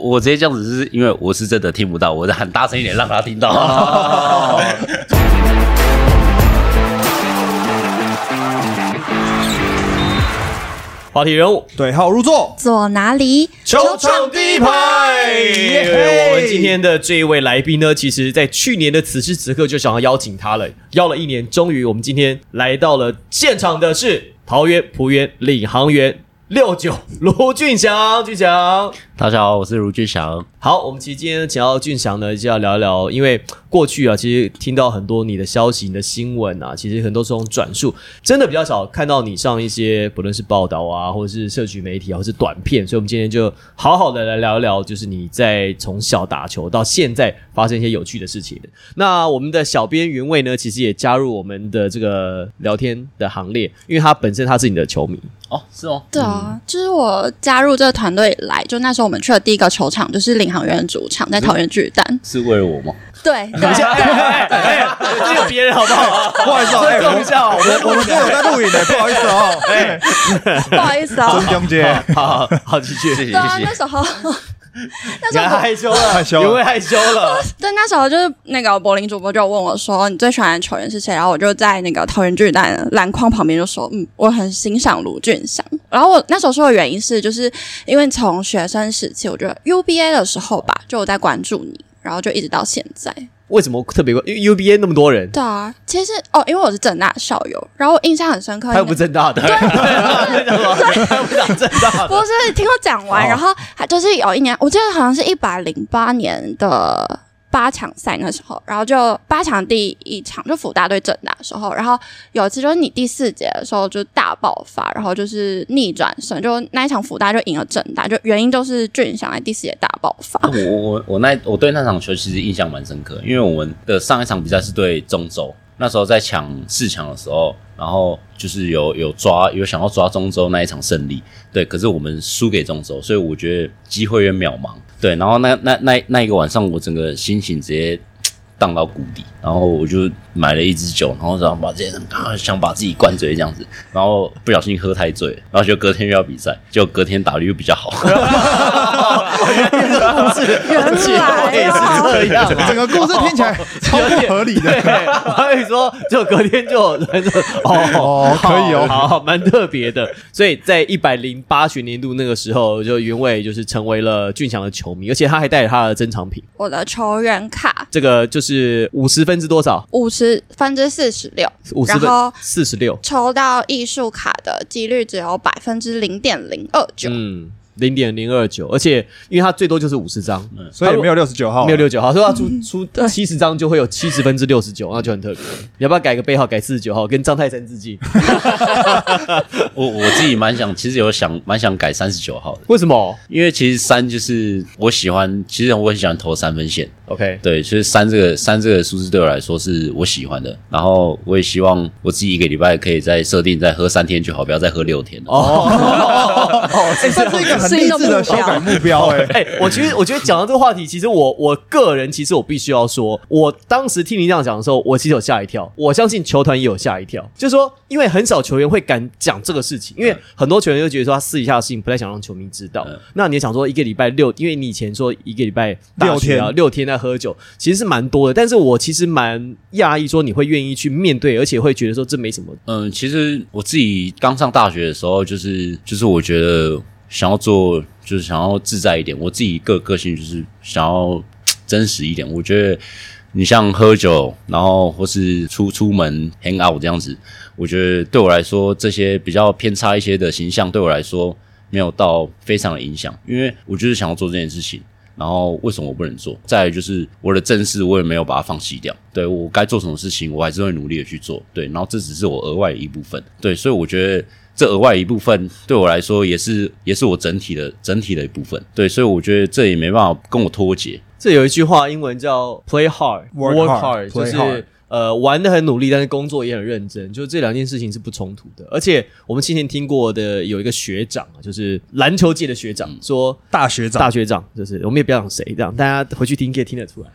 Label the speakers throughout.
Speaker 1: 我直接这样子，是因为我是真的听不到，我喊大声一点让他听到。
Speaker 2: 话题人物，
Speaker 3: 对号入座，
Speaker 4: 坐哪里？
Speaker 3: 球场第一排。
Speaker 2: 我们今天的这一位来宾呢，其实在去年的此时此刻就想要邀请他了，邀了一年，终于我们今天来到了现场的是桃园浦园领航员六九卢俊祥，俊祥。
Speaker 1: 大家好，我是卢俊祥。
Speaker 2: 好，我们其实今天请到俊祥呢，就要聊一聊，因为过去啊，其实听到很多你的消息、你的新闻啊，其实很多是用转述，真的比较少看到你上一些不论是报道啊，或者是社群媒体啊，或是短片，所以我们今天就好好的来聊一聊，就是你在从小打球到现在发生一些有趣的事情。那我们的小编云卫呢，其实也加入我们的这个聊天的行列，因为他本身他是你的球迷，
Speaker 1: 哦，是哦，
Speaker 4: 对啊，
Speaker 2: 嗯
Speaker 4: 就是我加入这个团队以来，就那时候我们去的第一个球场就是领航员的主场，在桃园巨蛋。
Speaker 1: 是为了我吗？
Speaker 4: 对，
Speaker 2: 嗯等
Speaker 4: 对
Speaker 2: 一下，哎哎哎，这有别人好不好？
Speaker 3: 不好意思哦，哎
Speaker 2: 尊重一下，我们
Speaker 3: 我我们这有在录影的，不好意思哦，哎，
Speaker 4: 不好意思哦
Speaker 3: 尊。中姐，
Speaker 2: 好好好， 继续。
Speaker 1: 谢谢
Speaker 4: 对啊，
Speaker 1: 谢
Speaker 4: 那
Speaker 1: 谢。
Speaker 4: 时候， 那
Speaker 2: 你
Speaker 4: 时
Speaker 2: 还
Speaker 4: 候我
Speaker 2: 害羞啊了，
Speaker 3: 害羞了
Speaker 2: 你会害羞了。
Speaker 4: 对那时候就是那个柏林主播就问我说：“你最喜欢的球员是谁？”然后我就在那个桃园巨蛋篮筐旁边就说：“嗯，我很欣赏卢俊祥。”然后我那时候说的原因是，就是因为从学生时期，我觉得 UBA 的时候吧，就我在关注你，然后就一直到现在。
Speaker 2: 为什么特别关？因为 U B A 那么多人，
Speaker 4: 对啊，其实哦，因为我是正大校友，然后我印象很深刻。
Speaker 2: 他又不是正大的，他又不是正大的。哦
Speaker 4: 不是听我讲完，然后还就是有一年，我记得好像是一百零八年的八强赛那时候，然后就八强第一场就辅大对正大的时候，然后有一次就是你第四节的时候就大爆发，然后就是逆转胜，就那一场辅大就赢了正大，就原因就是俊祥在第四节大爆 发。
Speaker 1: 我我我那我对那场球其实印象蛮深刻，因为我们的上一场比赛是对中州，那时候在抢四强的时候，然后就是有有抓有想要抓中州那一场胜利，对，可是我们输给中州，所以我觉得机会也渺茫，对，然后那那那那一个晚上，我整个心情直接荡到谷底，然后我就买了一支酒，然后想把这些啊想把自己灌醉这样子，然后不小心喝太醉了，然后就隔天又要比赛，就隔天打的又比较好。
Speaker 4: 原
Speaker 2: 也是这样啊。
Speaker 3: 整个故事听起来超不合理的。
Speaker 2: 对， 我还以为说就隔天就有人说哦
Speaker 3: 哦可以哦
Speaker 2: 好，好蛮特别的。所以在一百零八学年度那个时候，就云伟就是成为了俊祥的球迷，而且他还带着他的珍藏品，
Speaker 4: 我的球员卡
Speaker 2: 这个就是五十分之多少？
Speaker 4: 五十分之四十六，
Speaker 2: 五十
Speaker 4: 然
Speaker 2: 分
Speaker 4: 后
Speaker 2: 四十六，
Speaker 4: 抽到艺术卡的几率只有百分之零点零二九。
Speaker 2: 嗯，零点零二九，而且因为他最多就是五十张，
Speaker 3: 所以没有六十九号，
Speaker 2: 没有六九号，所以他出出七十张就会有七十分之六十九，那就很特别。你要不要改个背号，改四十九号，跟张泰山致敬？
Speaker 1: 我我自己蛮想，其实有想蛮想改三十九号的，
Speaker 2: 为什么
Speaker 1: 因为其实三就是我喜欢，其实我很喜欢投三分线，
Speaker 2: ？OK，
Speaker 1: 对，所以三这个三这个数字对我来说是我喜欢的，然后我也希望我自己一个礼拜可以再设定再喝三天就好，不要再喝六天了。
Speaker 2: 哦，哦，
Speaker 3: 哎，这是一个很励志的修改目标，哎，
Speaker 2: 哎、我其实我觉得讲到这个话题，其实我我个人其实我必须要说，我当时听你这样讲的时候，我其实有吓一跳，我相信球团也有吓一跳，就是说，因为很少球员会敢讲这个事情，因
Speaker 3: 嗯
Speaker 2: 为很多球员就觉得说他私底下的事情不太想让球迷知道。
Speaker 1: 嗯
Speaker 2: 那你也想说一个礼拜六，因为你以前说一个礼拜大学啊
Speaker 3: 六天
Speaker 2: 六天在喝酒，其实是蛮多的，但是我其实蛮讶异说你会愿意去面对，而且会觉得说这没什么。
Speaker 1: 嗯，其实我自己刚上大学的时候，就是就是我觉得想要做，就是想要自在一点。我自己个个性就是想要呃真实一点。我觉得你像喝酒，然后或是出出门 hang out 这样子，我觉得对我来说，这些比较偏差一些的形象，对我来说没有到非常的影响，因为我就是想要做这件事情。然后为什么我不能做？再来就是我的正事，我也没有把它放弃掉。对我该做什么事情，我还是会努力的去做。对，然后这只是我额外的一部分。对，所以我觉得这额外一部分对我来说也是也是我整体的整体的一部分。对，所以我觉得这也没办法跟我脱节。
Speaker 2: 这有一句话，英文叫 “play hard,
Speaker 3: Work
Speaker 2: hard”，
Speaker 3: hard,
Speaker 2: 就
Speaker 3: play hard
Speaker 2: 是呃玩的很努力，但是工作也很认真，就这两件事情是不冲突的。而且我们之前听过的有一个学长啊，就是篮球界的学
Speaker 3: 嗯
Speaker 2: 长说。
Speaker 3: 大学长，
Speaker 2: 大学长就是我们也不要讲谁，这样大家回去听可以听得 出来。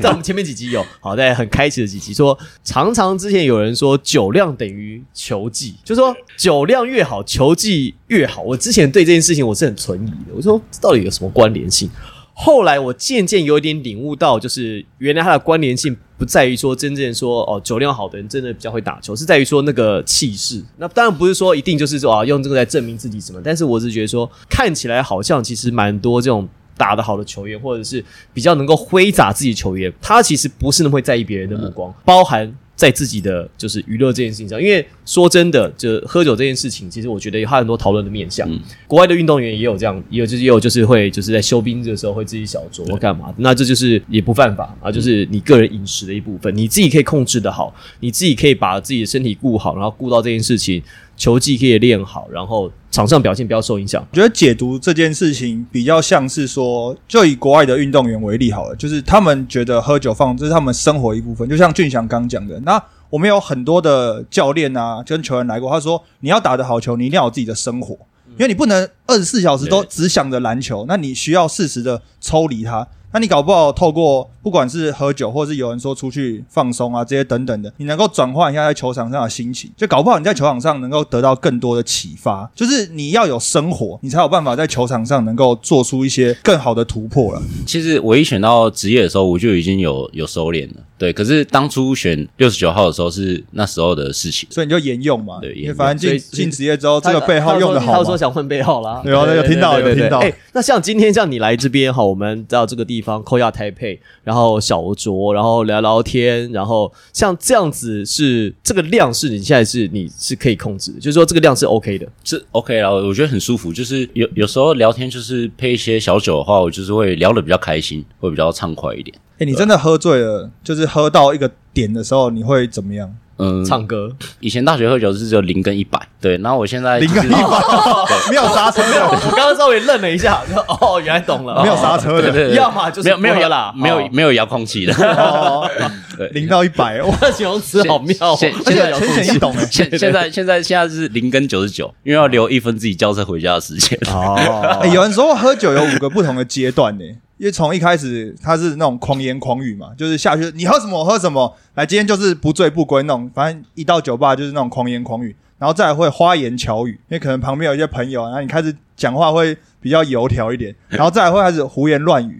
Speaker 2: 在我们前面几集有，好，在很开始的几集说，常常之前有人说酒量等于球技，就说酒量越好，球技越好。我之前对这件事情我是很存疑的，我说这到底有什么关联性？后来我渐渐有一点领悟到，就是原来它的关联性不在于说真正说哦酒量好的人真的比较会打球，是在于说那个气势。那当然不是说一定就是说啊用这个来证明自己什么，但是我只是觉得说看起来好像其实蛮多这种。打得好的球员，或者是比较能够挥洒自己的球员，他其实不是那么会在意别人的目光，包含在自己的就是娱乐这件事情上。因为说真的，就喝酒这件事情，其实我觉得有它很多讨论的面向。国外的运动员也有这样，也有就是也有就是会就是在休兵的时候会自己小酌或干嘛，那这就是也不犯法啊，就是你个人饮食的一部分，你自己可以控制的好，你自己可以把自己的身体顾好，然后顾到这件事情，球技可以练好，然后场上表现不要受影响。
Speaker 3: 我觉得解读这件事情比较像是说，就以国外的运动员为例好了，就是他们觉得喝酒放这是他们生活一部分，就像俊祥刚讲的，那我们有很多的教练啊跟球员来过，他说你要打得好球，你一定要有自己的生活，因为你不能二十四小时都
Speaker 1: 对
Speaker 3: 只想着篮球，那你需要适时的抽离它。那你搞不好透过不管是喝酒，或是有人说出去放松啊这些等等的，你能够转换一下在球场上的心情，就搞不好你在球场上能够得到更多的启发。就是你要有生活，你才有办法在球场上能够做出一些更好的突破了。
Speaker 1: 其实我一选到职业的时候，我就已经有有收敛了。对，可是当初选六十九号的时候是那时候的事情。
Speaker 3: 所以你就沿用嘛，
Speaker 1: 对沿
Speaker 3: 因为
Speaker 1: 用
Speaker 3: 反正进
Speaker 2: 所以
Speaker 3: 进职业之后，这个背号用的
Speaker 2: 他
Speaker 3: 好
Speaker 2: 有说
Speaker 3: 嘛。
Speaker 2: 想换背号啦，
Speaker 3: 有啊有听到有听到
Speaker 2: 哎，那像今天像你来这边哈，我们到这个地方扣亚台配，然后小酌，然后聊聊天，然后像这样子是这个量是你现在是你是可以控制的，就是说这个量是 OK 的。
Speaker 1: 是 OK 啦，我觉得很舒服。就是有有时候聊天，就是配一些小酒的话，我就是会聊得比较开心，会比较畅快一点。
Speaker 3: 哎、你真的喝醉了，就是喝到一个点的时候，你会怎么样？
Speaker 1: 嗯，
Speaker 2: 唱歌，
Speaker 1: 以前大学喝酒是只有零跟一百，对。然后我现在
Speaker 3: 零跟一
Speaker 1: 百，
Speaker 3: 百，没有刹车的，
Speaker 2: 我刚刚稍微愣了一下，说哦，原来懂了，
Speaker 3: 没有刹车
Speaker 1: 对
Speaker 3: 的，
Speaker 1: 对对，
Speaker 2: 要么就是
Speaker 1: 没有没
Speaker 2: 不
Speaker 1: 有
Speaker 2: 喝啦
Speaker 1: 没
Speaker 2: 哦
Speaker 1: 有没有遥控 器的。
Speaker 3: 哦
Speaker 1: 对
Speaker 3: 零到一百，哇，
Speaker 2: 那形容词好妙哦，
Speaker 1: 现
Speaker 3: 而
Speaker 1: 现在
Speaker 3: 且浅显易懂哎。
Speaker 1: 现现在现在现在是零跟九十九，因为要留一分自己叫车回家的时间。
Speaker 2: 哦
Speaker 3: 欸、有人说喝酒有五个不同的阶段呢、因为从一开始他是那种狂言狂语嘛，就是下去你喝什么我喝什么，来今天就是不醉不归那种，反正一到酒吧就是那种狂言狂语，然后再来会花言巧语，因为可能旁边有一些朋友，然后你开始讲话会比较油条一点，然后再来会开始胡言乱语，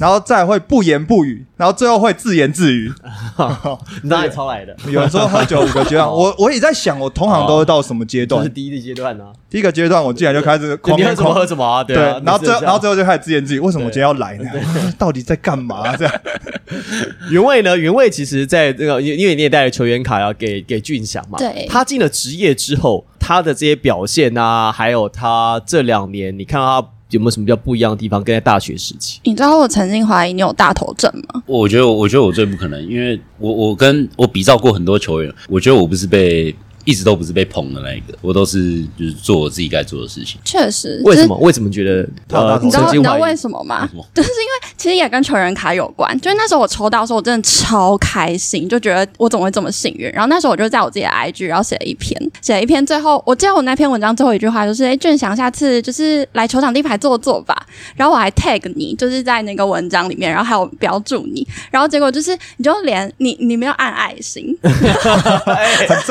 Speaker 3: 然后再来会不言不语，然后最后会自言自语。
Speaker 2: 你哪里抄来的？
Speaker 3: 有人说喝酒五个阶段，我我也在想，我同行都会到什么阶
Speaker 2: 这
Speaker 3: 段
Speaker 2: 是？第一个阶段啊，
Speaker 3: 第一个阶段我竟然就开始
Speaker 2: 就
Speaker 3: 狂
Speaker 2: 你喝
Speaker 3: 言
Speaker 2: 什
Speaker 3: 狂
Speaker 2: 么喝什么啊，对
Speaker 3: 对
Speaker 2: 啊，，
Speaker 3: 然后
Speaker 2: 你
Speaker 3: 最
Speaker 2: 是
Speaker 3: 后
Speaker 2: 这
Speaker 3: 然
Speaker 2: 样
Speaker 3: 后最后就开始自言自语，为什么我今天要来呢？到底在干嘛、这样
Speaker 2: 原味呢？原味其实在这个，因为因为你也带了球员卡要给给俊祥嘛，
Speaker 4: 对
Speaker 2: 他进了职业之后，他的这些表现啊，还有他这两年，你看到他有没有什么比较不一样的地方？跟在大学时期，
Speaker 4: 你知道我曾经怀疑你有大头症吗？
Speaker 1: 我觉得我，我觉得我最不可能，因为我我跟我比照过很多球员，我觉得我不是被一直都不是被捧的那一个，我都是就是做我自己该做的事情。
Speaker 4: 确实，
Speaker 2: 为什？么？为什么觉得
Speaker 3: 他有大
Speaker 2: 呃，
Speaker 3: 头
Speaker 4: 你知道
Speaker 2: 曾
Speaker 4: 你
Speaker 2: 经
Speaker 4: 知道
Speaker 2: 怀疑
Speaker 4: 为什么吗？
Speaker 1: 为什么
Speaker 4: 就是因为其实也跟球员卡有关，就是那时候我抽到的时候，我真的超开心，就觉得我怎么会这么幸运。然后那时候我就在我自己的 IG，然后写了一篇，写了一篇，最后我记得我那篇文章最后一句话就是：哎、俊祥，下次就是来球场地排坐坐吧。然后我还 tag 你，就是在那个文章里面，然后还有标注你。然后结果就是你就连你你没有按爱心，
Speaker 2: 很在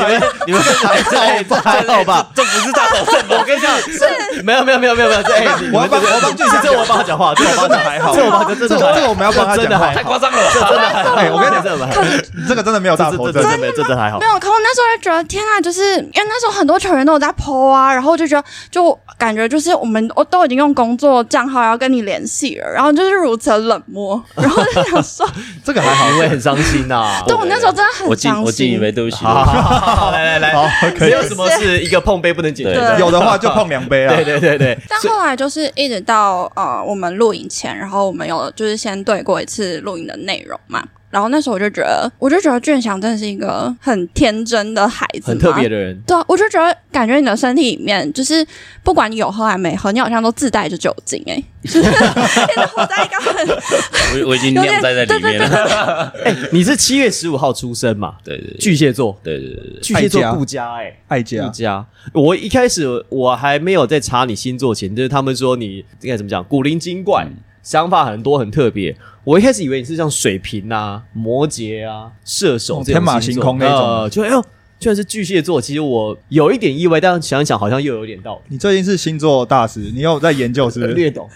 Speaker 2: 哎你们还在还好吧？
Speaker 1: 这不是大头症，
Speaker 2: 我跟你讲， 是没有没有没有没有没有，这哎你们
Speaker 3: 我要帮
Speaker 2: 这个
Speaker 3: 我要帮俊祥
Speaker 2: 这我帮他讲话，这我帮他还好，这我帮他
Speaker 3: 这
Speaker 2: 这
Speaker 3: 这这个我们要帮他
Speaker 2: 真的
Speaker 3: 讲话
Speaker 2: 还好，
Speaker 1: 张了。
Speaker 2: 这真的还好，
Speaker 3: 哎我跟你讲
Speaker 2: 这还好
Speaker 3: 这个真的没有大头
Speaker 2: 这这
Speaker 3: 症
Speaker 2: 这，真的这真的还好
Speaker 4: 没。有，可我那时候就觉得天啊，就是因为那时候很多球员都有在 PO 啊，然后就觉得就感觉就是我们我都已经用工作账号要跟你联系了，然后就是如此的冷漠，然后就 想说，
Speaker 3: 这个还好。
Speaker 2: 因为很伤心呐，
Speaker 4: 对我那时候真的
Speaker 1: 我
Speaker 4: 很
Speaker 1: 敬
Speaker 4: 伤
Speaker 1: 我敬
Speaker 4: 心
Speaker 1: 一。杯，对不起。
Speaker 2: 好好好好好，来来来，
Speaker 3: 好，可
Speaker 2: 没
Speaker 3: 以，
Speaker 2: 有什么是一个碰杯不能解决的。
Speaker 4: 对
Speaker 3: 有的话就碰两杯啊。
Speaker 2: 对对对对，
Speaker 4: 但后来就是一直到呃我们录影前，然后我们有就是先对过一次录影的内容嘛。然后那时候我就觉得，我就觉得俊祥真的是一个很天真的孩子，
Speaker 2: 很特别的人。
Speaker 4: 对啊，我就觉得感觉你的身体里面，就是不 管你有喝还没喝，你好像都自带着酒精、欸，哎，就是一直活在一个很
Speaker 1: 我我已经
Speaker 4: 有
Speaker 1: 酿
Speaker 4: 点
Speaker 1: 在在里面了。
Speaker 2: 哎、你是七月十五号出生嘛？
Speaker 1: 对对对
Speaker 2: 巨蟹座，
Speaker 1: 对对对对，
Speaker 2: 巨蟹座
Speaker 3: 爱家
Speaker 2: 顾家哎、
Speaker 3: 爱
Speaker 2: 顾
Speaker 3: 家，
Speaker 2: 家。我一开始我还没有在查你星座前，就是他们说你应该怎么讲，古灵精
Speaker 3: 嗯
Speaker 2: 怪，想法很多很特别。我一开始以为你是像水瓶啊、摩羯啊、射手
Speaker 3: 哦
Speaker 2: 这种
Speaker 3: 天马
Speaker 2: 星
Speaker 3: 行
Speaker 2: 座
Speaker 3: 空那种
Speaker 2: 呃就哎呦，居然是巨蟹座。其实我有一点意外，但想一想好像又有点道理。
Speaker 3: 你最近是星座大师，你有在研究是不哦是？
Speaker 2: 呃略懂，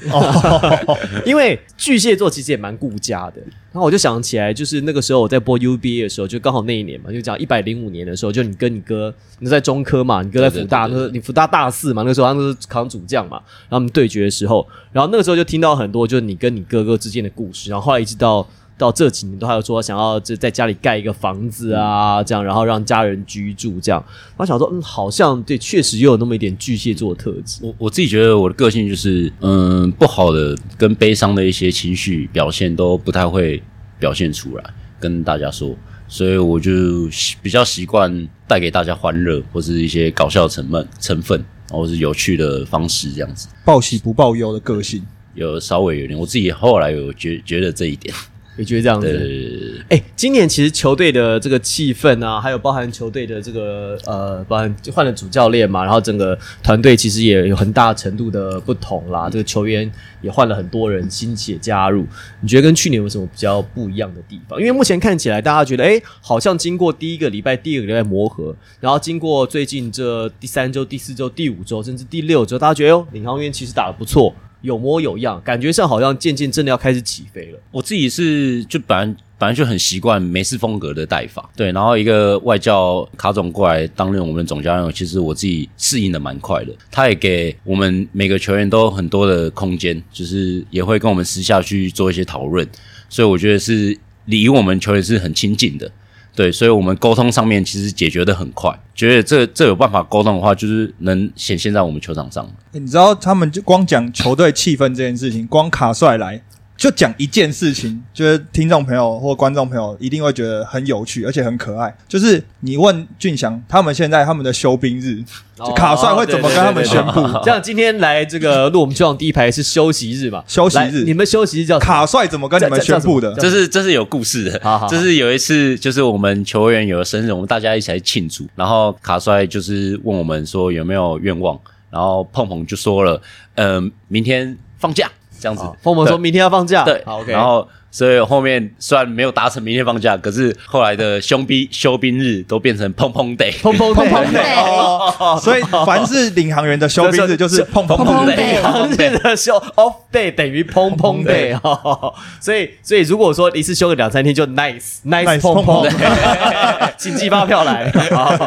Speaker 2: 因为巨蟹座其实也蛮顾家的。然后我就想起来，就是那个时候我在播 UBA 的时候，就刚好那一年嘛，就讲一百零五年的时候，就你跟你哥，你在中科嘛，你哥在福大，
Speaker 1: 对对对对
Speaker 2: 那时候你福大大四嘛，那个时候他们是扛主将嘛，然后我们对决的时候，然后那个时候就听到很多就是你跟你哥哥之间的故事，然后后来一直到。到这几年都还有说想要就在家里盖一个房子啊，这样，然后让家人居住这样。我想说，嗯，好像对，确实又有那么一点巨蟹座的特质。
Speaker 1: 我我自己觉得我的个性就是，嗯，不好的跟悲伤的一些情绪表现都不太会表现出来，跟大家说，所以我就习比较习惯带给大家欢乐或是一些搞笑成分成分，或是有趣的方式这样子，
Speaker 3: 报喜不报忧的个性，
Speaker 1: 有稍微有点，我自己后来有觉觉得这一点，
Speaker 2: 也觉得这样子。
Speaker 1: 对对对对对
Speaker 2: 哎、今年其实球队的这个气氛啊，还有包含球队的这个呃，包含换了主教练嘛，然后整个团队其实也有很大程度的不同啦。
Speaker 1: 嗯
Speaker 2: 这个球员也换了很多人，新血加入，你觉得跟去年有什么比较不一样的地方？因为目前看起来大家觉得，哎、好像经过第一个礼拜、第二个礼拜磨合，然后经过最近这第三周、第四周、第五周，甚至第六周，大家觉得哟，领航员其实打得不错，有模有样，感觉上好像渐渐真的要开始起飞了。
Speaker 1: 我自己是就本来本来就很习惯美式风格的带法，对，然后一个外教卡总过来担任我们的总教练，其实我自己适应的蛮快的。他也给我们每个球员都很多的空间，就是也会跟我们私下去做一些讨论，所以我觉得是离我们球员是很亲近的。对，所以我们沟通上面其实解决的很快，觉得这这有办法沟通的话，就是能显现在我们球场上。
Speaker 3: 欸你知道他们就光讲球队气氛这件事情，光卡帅来就讲一件事情，就是听众朋友或观众朋友一定会觉得很有趣，而且很可爱。就是你问俊祥，他们现在他们的休兵日，
Speaker 2: 哦
Speaker 3: 就卡帅会怎么跟他们宣布？
Speaker 2: 这样今天来这个录我们球场第一排是休息日嘛？
Speaker 3: 休息
Speaker 2: 来
Speaker 3: 日
Speaker 2: 你们休息日叫什么
Speaker 3: 卡帅怎么跟你们宣布的？
Speaker 1: 这是这是有故事的，
Speaker 2: 好好好
Speaker 1: 这是有一次就是我们球员有了生日，我们大家一起来庆祝，然后卡帅就是问我们说有没有愿望，然后碰碰就说了，嗯、明天放假这样子
Speaker 2: 啊。凤萌说明天要放假，
Speaker 1: 对，
Speaker 2: 好 OK。
Speaker 1: 然后所以后面虽然没有达成明天放假，可是后来的兄兵休兵日都变成碰碰 day，
Speaker 2: 砰砰砰
Speaker 4: 砰砰
Speaker 3: 对
Speaker 4: 对
Speaker 3: 哦，所以凡是领航员的休兵日就是碰碰碰
Speaker 4: 砰
Speaker 3: 的。
Speaker 4: day
Speaker 2: 当日的休 off day 等于砰砰 day 哦，所以所以如果说一次休个两三天就 nice nice
Speaker 3: nice
Speaker 2: 砰
Speaker 3: 砰
Speaker 2: 砰， 请寄发票来，好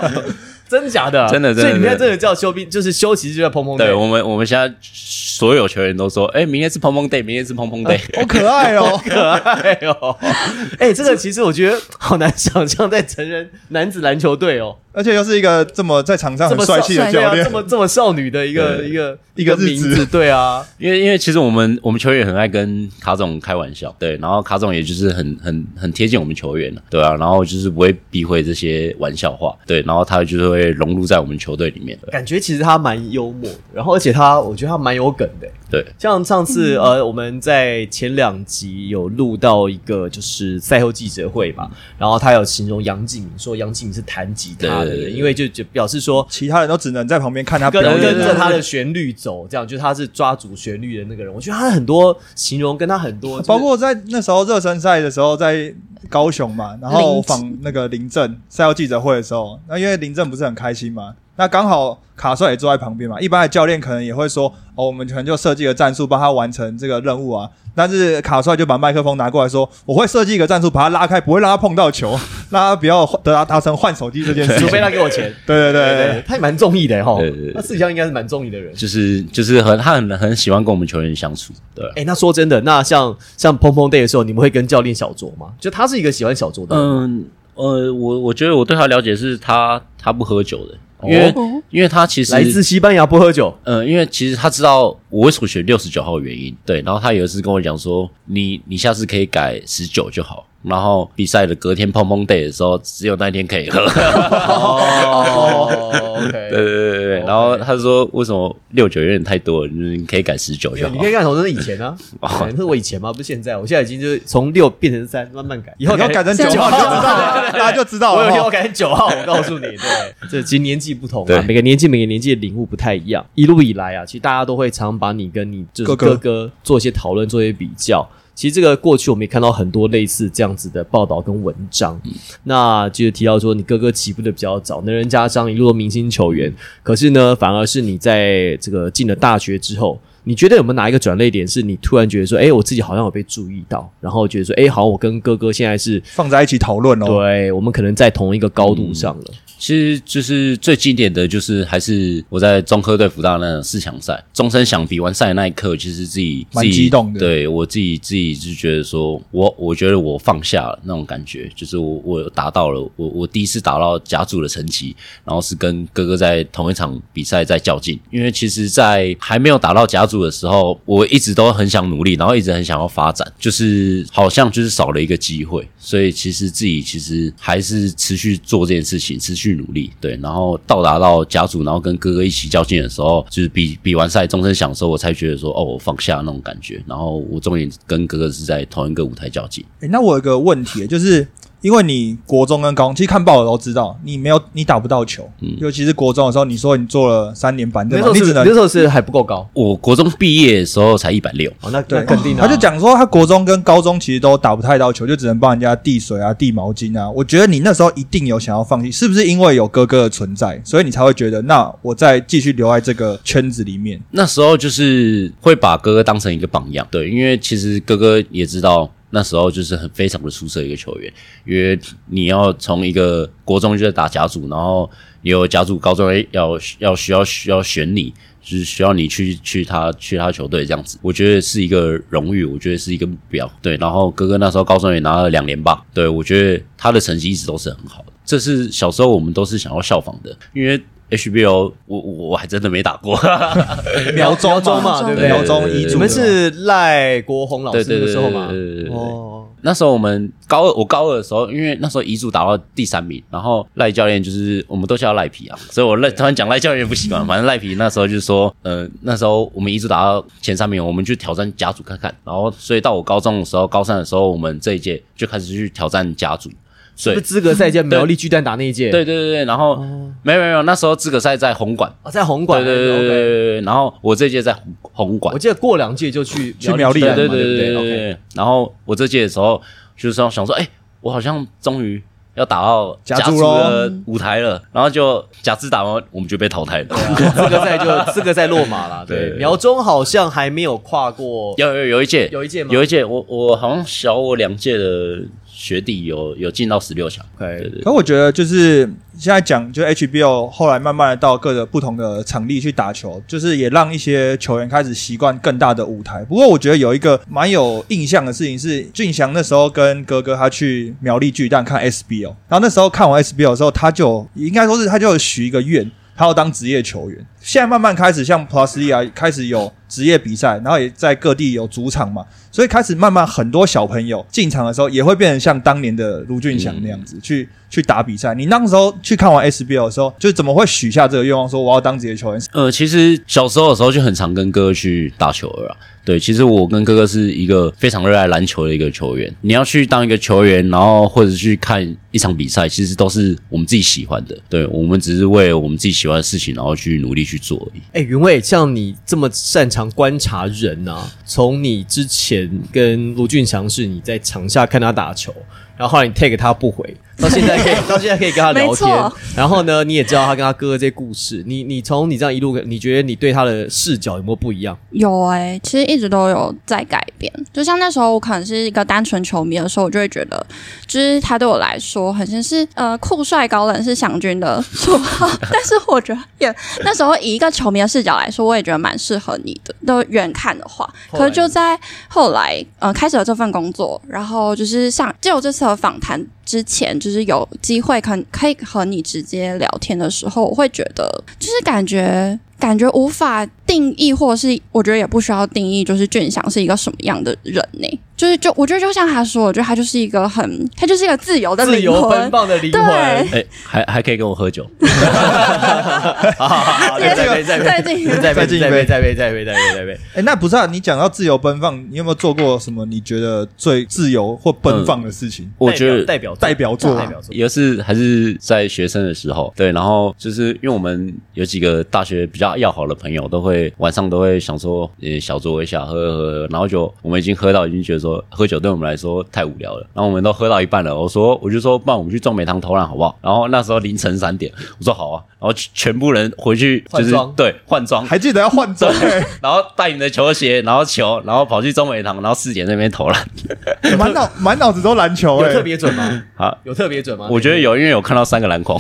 Speaker 2: 真假的，
Speaker 1: 真的真的
Speaker 2: 所以你们现
Speaker 1: 真的
Speaker 2: 在真的叫休兵，就是休息日就叫砰砰
Speaker 1: 对
Speaker 2: day。
Speaker 1: 我们我们现在所有球员都说，哎，明天是碰碰 day，明天是碰碰 day，、
Speaker 3: 好可爱哦！
Speaker 2: 可爱哦！哎、这个其实我觉得好难想象在成人男子篮球队哦，
Speaker 3: 而且又是一个这么在场上
Speaker 2: 这
Speaker 3: 很
Speaker 2: 么
Speaker 3: 帅气的
Speaker 2: 对
Speaker 3: 教
Speaker 2: 啊，
Speaker 3: 练
Speaker 2: 这，么这么少女的一个一个
Speaker 3: 一个日子
Speaker 2: 名字，对啊，
Speaker 1: 因为因为其实我们我们球员很爱跟卡总开玩笑，对，然后卡总也就是很很很贴近我们球员对啊，然后就是不会避讳这些玩笑话，对，然后他就是会融入在我们球队里面，对
Speaker 2: 感觉其实他蛮幽默的，然后而且他我觉得他蛮有梗的。
Speaker 1: 对，
Speaker 2: 像上次
Speaker 3: 嗯
Speaker 2: 呃，我们在前两集有录到一个就是赛后记者会嘛，然后他有形容杨敬敏，说杨敬敏是弹吉他
Speaker 1: 对
Speaker 2: 的
Speaker 1: 对对
Speaker 2: 人，
Speaker 1: 对
Speaker 2: 因为就就表示说
Speaker 3: 其他人都只能在旁边看他表
Speaker 2: 跟
Speaker 3: 演。
Speaker 2: 跟着他的旋律走，这样就是他是抓主旋律的那个人。我觉得他很多形容跟他很多，就是
Speaker 3: 包括在那时候热身赛的时候，在高雄嘛，然后访那个林正赛后记者会的时候，那因为林正不是很开心嘛，那刚好卡帅也坐在旁边嘛，一般的教练可能也会说，哦，我们可能就设计个战术帮他完成这个任务啊，但是卡帅就把麦克风拿过来说，我会设计一个战术把他拉开，不会让他碰到球，让他不要得达达成换手机这件事
Speaker 2: 除
Speaker 3: 情。
Speaker 2: 非他给我钱。 对
Speaker 3: 对对对
Speaker 2: 对，他也蛮中意的哈
Speaker 1: 对对对，
Speaker 2: 他私底下应该是蛮中意的人。
Speaker 1: 就是就是很他很很喜欢跟我们球员相处，对啊、
Speaker 2: 哎、那说真的，那像像砰砰 day 的时候，你们会跟教练小酌吗？就他是一个喜欢小酌的人，
Speaker 1: 嗯呃，我我觉得我对他了解是他他不喝酒的，因为、
Speaker 4: 哦
Speaker 1: 因为他其实
Speaker 2: 来自西班牙不喝酒，
Speaker 1: 嗯，因为其实他知道我为什么选六十九号的原因，对，然后他有一次跟我讲说，你你下次可以改十九就好，然后比赛的隔天碰碰 day 的时候，只有那一天可以喝。
Speaker 2: 哦，OK，
Speaker 1: 对对对对对。
Speaker 2: OK
Speaker 1: 然后他说为什么六九有点太多了，就是你可以改十九就好
Speaker 2: 你可。以看，我是以前啊，
Speaker 1: 哦
Speaker 2: 对那是我以前嘛，不是现在。我现在已经就是从六变成三，慢慢改。以后
Speaker 3: 你要改成九号，
Speaker 4: 九
Speaker 3: 就
Speaker 4: 号
Speaker 3: 知道了，大家就知道
Speaker 2: 我有
Speaker 3: 了
Speaker 2: 一天我
Speaker 3: 哈。
Speaker 2: 改成九号，我告诉你，对， 这其实年纪不同
Speaker 1: 对
Speaker 2: 啊，每个年纪每个年纪的领悟不太一样。一路以来啊，其实大家都会常把你跟你就是
Speaker 3: 哥
Speaker 2: 哥
Speaker 3: 哥
Speaker 2: 哥做一些讨论，做一些比较。其实这个过去我们也看到很多类似这样子的报道跟文章，
Speaker 3: 嗯
Speaker 2: 那就是提到说你哥哥起步的比较早，能人家张一路明星球员，可是呢，反而是你在这个进了大学之后，你觉得有没有哪一个转捩点是你突然觉得说，哎，我自己好像有被注意到，然后觉得说，哎，好像我跟哥哥现在是
Speaker 3: 放在一起讨论哦。
Speaker 2: 对，我们可能在同一个高度上了。
Speaker 1: 其实就是最经典的就是还是我在中科对福大那种四强赛，钟声响比完赛的那一刻，其实自己自
Speaker 3: 蛮
Speaker 1: 己
Speaker 3: 激动的
Speaker 1: 对我自己自己就觉得说，我我觉得我放下了那种感觉，就是我我达到了我我第一次达到甲组的成绩，然后是跟哥哥在同一场比赛在较劲，因为其实，在还没有打到甲组的时候，我一直都很想努力，然后一直很想要发展，就是好像就是少了一个机会，所以其实自己其实还是持续做这件事情，持续努力，对，然后到达到甲组，然后跟哥哥一起较劲的时候，就是比比完赛钟声响的时候，我才觉得说，哦，我放下那种感觉，然后我终于跟哥哥是在同一个舞台较劲，
Speaker 3: 诶那我有个问题，就是因为你国中跟高中，其实看报的都知道，你没有你打不到球，尤其是国中的时候，你说你做了三年板
Speaker 1: 嗯
Speaker 2: 那
Speaker 3: 凳
Speaker 2: 时候
Speaker 3: 嘛，你
Speaker 2: 是
Speaker 3: 只能
Speaker 2: 那时候是还不够高，
Speaker 1: 我国中毕业的时候才一百六，
Speaker 2: 哦，那那
Speaker 3: 对，
Speaker 2: 肯定的、
Speaker 3: 他就，讲说，他国中跟高中其实都打不太到球，就只能帮人家递水啊、递毛巾啊。我觉得你那时候一定有想要放弃，是不是因为有哥哥的存在，所以你才会觉得，那我再继续留在这个圈子里面？
Speaker 1: 那时候就是会把哥哥当成一个榜样，对，因为其实哥哥也知道那时候就是很非常的出色一个球员，因为你要从一个国中就在打甲组，然后也有甲组高中 要要需要需要选你。就是需要你去去他去他球队这样子，我觉得是一个荣誉，我觉得是一个目标。对，然后哥哥那时候高中也拿了两连霸，对我觉得他的成绩一直都是很好的，这是小时候我们都是想要效仿的，因为 HBO 我我我还真的没打过，
Speaker 3: 苗中
Speaker 2: 苗中嘛对不对
Speaker 3: 苗中一
Speaker 2: 你
Speaker 3: 组，
Speaker 2: 们是赖国宏老
Speaker 1: 对
Speaker 2: 师
Speaker 1: 对
Speaker 2: 那个
Speaker 1: 对
Speaker 2: 时候嘛？
Speaker 1: 对对对对对
Speaker 2: 哦，
Speaker 1: 那时候我们高二，我高二的时候，因为那时候遗嘱打到第三名，然后赖教练就是我们都叫他赖皮啊，所以我赖突然讲赖教练也不习 惯，反正赖皮那时候就是说，呃，那时候我们遗嘱打到前三名，我们去挑战甲组看看，然后所以到我高中的时候，高三的时候，我们这一届就开始去挑战甲组，所以
Speaker 2: 是资格赛届苗栗巨蛋打那一届，
Speaker 1: 对对对对，然后、没有没有没有，那时候资格赛在红馆，
Speaker 2: 哦，在红
Speaker 1: 对
Speaker 2: 馆，
Speaker 1: 对对对对
Speaker 2: OK
Speaker 1: 对，然后我这届在红红馆
Speaker 2: 我，记得过两届就去
Speaker 3: 去苗
Speaker 2: 巨
Speaker 3: 栗对
Speaker 2: 蛋
Speaker 3: 啊
Speaker 2: 嘛
Speaker 1: 对
Speaker 2: 对
Speaker 1: 对
Speaker 2: 不
Speaker 1: 对
Speaker 2: OK 哦
Speaker 1: 对。然后我这届的时候，就是说想说，哎、我好像终于要打到
Speaker 3: 甲
Speaker 1: 组
Speaker 3: 组咯
Speaker 1: 的舞台了，然后就甲组打完，我们就被淘汰了。
Speaker 2: 资格赛就资格赛落马了，
Speaker 1: 对
Speaker 2: 对
Speaker 1: 对，对
Speaker 2: 苗中好像还没有跨过，
Speaker 1: 有有有一届，
Speaker 2: 有一届吗
Speaker 1: 有一届，我我好像小我两届的学弟有有进到十六强。
Speaker 2: 对
Speaker 3: 可我觉得就是现在讲，就是 HBO 后来慢慢的到各个不同的场地去打球，就是也让一些球员开始习惯更大的舞台。不过我觉得有一个蛮有印象的事情是，俊祥那时候跟哥哥他去苗栗巨蛋看 SBO，然后那时候看完 SBO 的时候，他就应该说是他就有许一个愿。他要当职业球员，现在慢慢开始像 Plus E 啊，开始有职业比赛，然后也在各地有主场嘛，所以开始慢慢很多小朋友进场的时候，也会变成像当年的卢俊祥那样
Speaker 4: 嗯
Speaker 3: 子、去去打比赛。你那个时候去看完 SBL 的时候，就怎么会许下这个愿望，说我要当职业球员？
Speaker 1: 呃，其实小时候的时候就很常跟哥哥去打球了啦。对，其实我跟哥哥是一个非常热爱篮球的一个球员。你要去当一个球员，然后或者去看一场比赛，其实都是我们自己喜欢的。对，我们只是为我们自己喜欢的事情，然后去努力去做而已。
Speaker 2: 哎，云卫，像你这么擅长观察人啊，从你之前跟卢俊祥是你在场下看他打球，然后后来你 take 他不回，到现在可 以到现在可以跟他聊天
Speaker 4: 没错，
Speaker 2: 然后呢，你也知道他跟他哥哥这些故事，你你从你这样一路，你觉得你对他的视角有没有不一样？
Speaker 4: 有哎、其实一直都有在改变。就像那时候我可能是一个单纯球迷的时候，我就会觉得，就是他对我来说，很像是呃酷帅高冷是祥君的 绰号。但是我觉得也那时候以一个球迷的视角来说，我也觉得蛮适合你的。都远看的话，
Speaker 2: 后来呢
Speaker 4: 可是就在后来呃开始了这份工作，然后就是像借我这次的访谈。之前就是有机会可可以和你直接聊天的时候，我会觉得就是感觉感觉无法定义，或者是我觉得也不需要定义，就是俊祥是一个什么样的人呢、就是就我觉得就像他说，我觉得他就是一个很，他就是一个自由的
Speaker 2: 自
Speaker 4: 灵
Speaker 2: 由奔
Speaker 4: 魂。
Speaker 2: 放的灵魂
Speaker 4: 对。
Speaker 1: 哎、还还可以跟我喝酒，
Speaker 2: 好好好好，再杯，再杯，
Speaker 4: 再敬一杯
Speaker 2: 再杯，
Speaker 3: 再敬一
Speaker 2: 再杯，
Speaker 3: 杯
Speaker 2: 再杯，再杯，再杯，再杯。
Speaker 3: 哎、那不是啊？你讲到自由奔放，你有没有做过什么你觉得最自由或奔放的事情？
Speaker 4: 嗯
Speaker 1: 我觉得
Speaker 2: 代表
Speaker 3: 代表
Speaker 1: 啊
Speaker 3: 作
Speaker 2: 代表作，
Speaker 1: 也是还是在学生的时候，对，然后就是因为我们有几个大学比较要好的朋友，都会晚上都会想说，呃，小酌一下，喝喝喝喝，然后就我们已经喝到已经觉得说，喝酒对我们来说太无聊了，然后我们都喝到一半了，我说我就说，不然我们去中美堂投篮好不好？然后那时候凌晨三点，我说好啊，然后全部人回去就
Speaker 2: 换
Speaker 1: 是
Speaker 2: 装
Speaker 1: 对换装，
Speaker 3: 还记得要换 装、欸，
Speaker 1: 然后带你的球鞋，然后球，然后跑去中美堂，然后四点那边投
Speaker 2: 啊
Speaker 1: 篮。
Speaker 3: 哎满脑满脑子都篮球、
Speaker 2: 有
Speaker 3: 欸，
Speaker 2: 特别准吗？
Speaker 1: 好，
Speaker 2: 有特别准吗？
Speaker 1: 我觉得有，因为有看到三个篮 筐。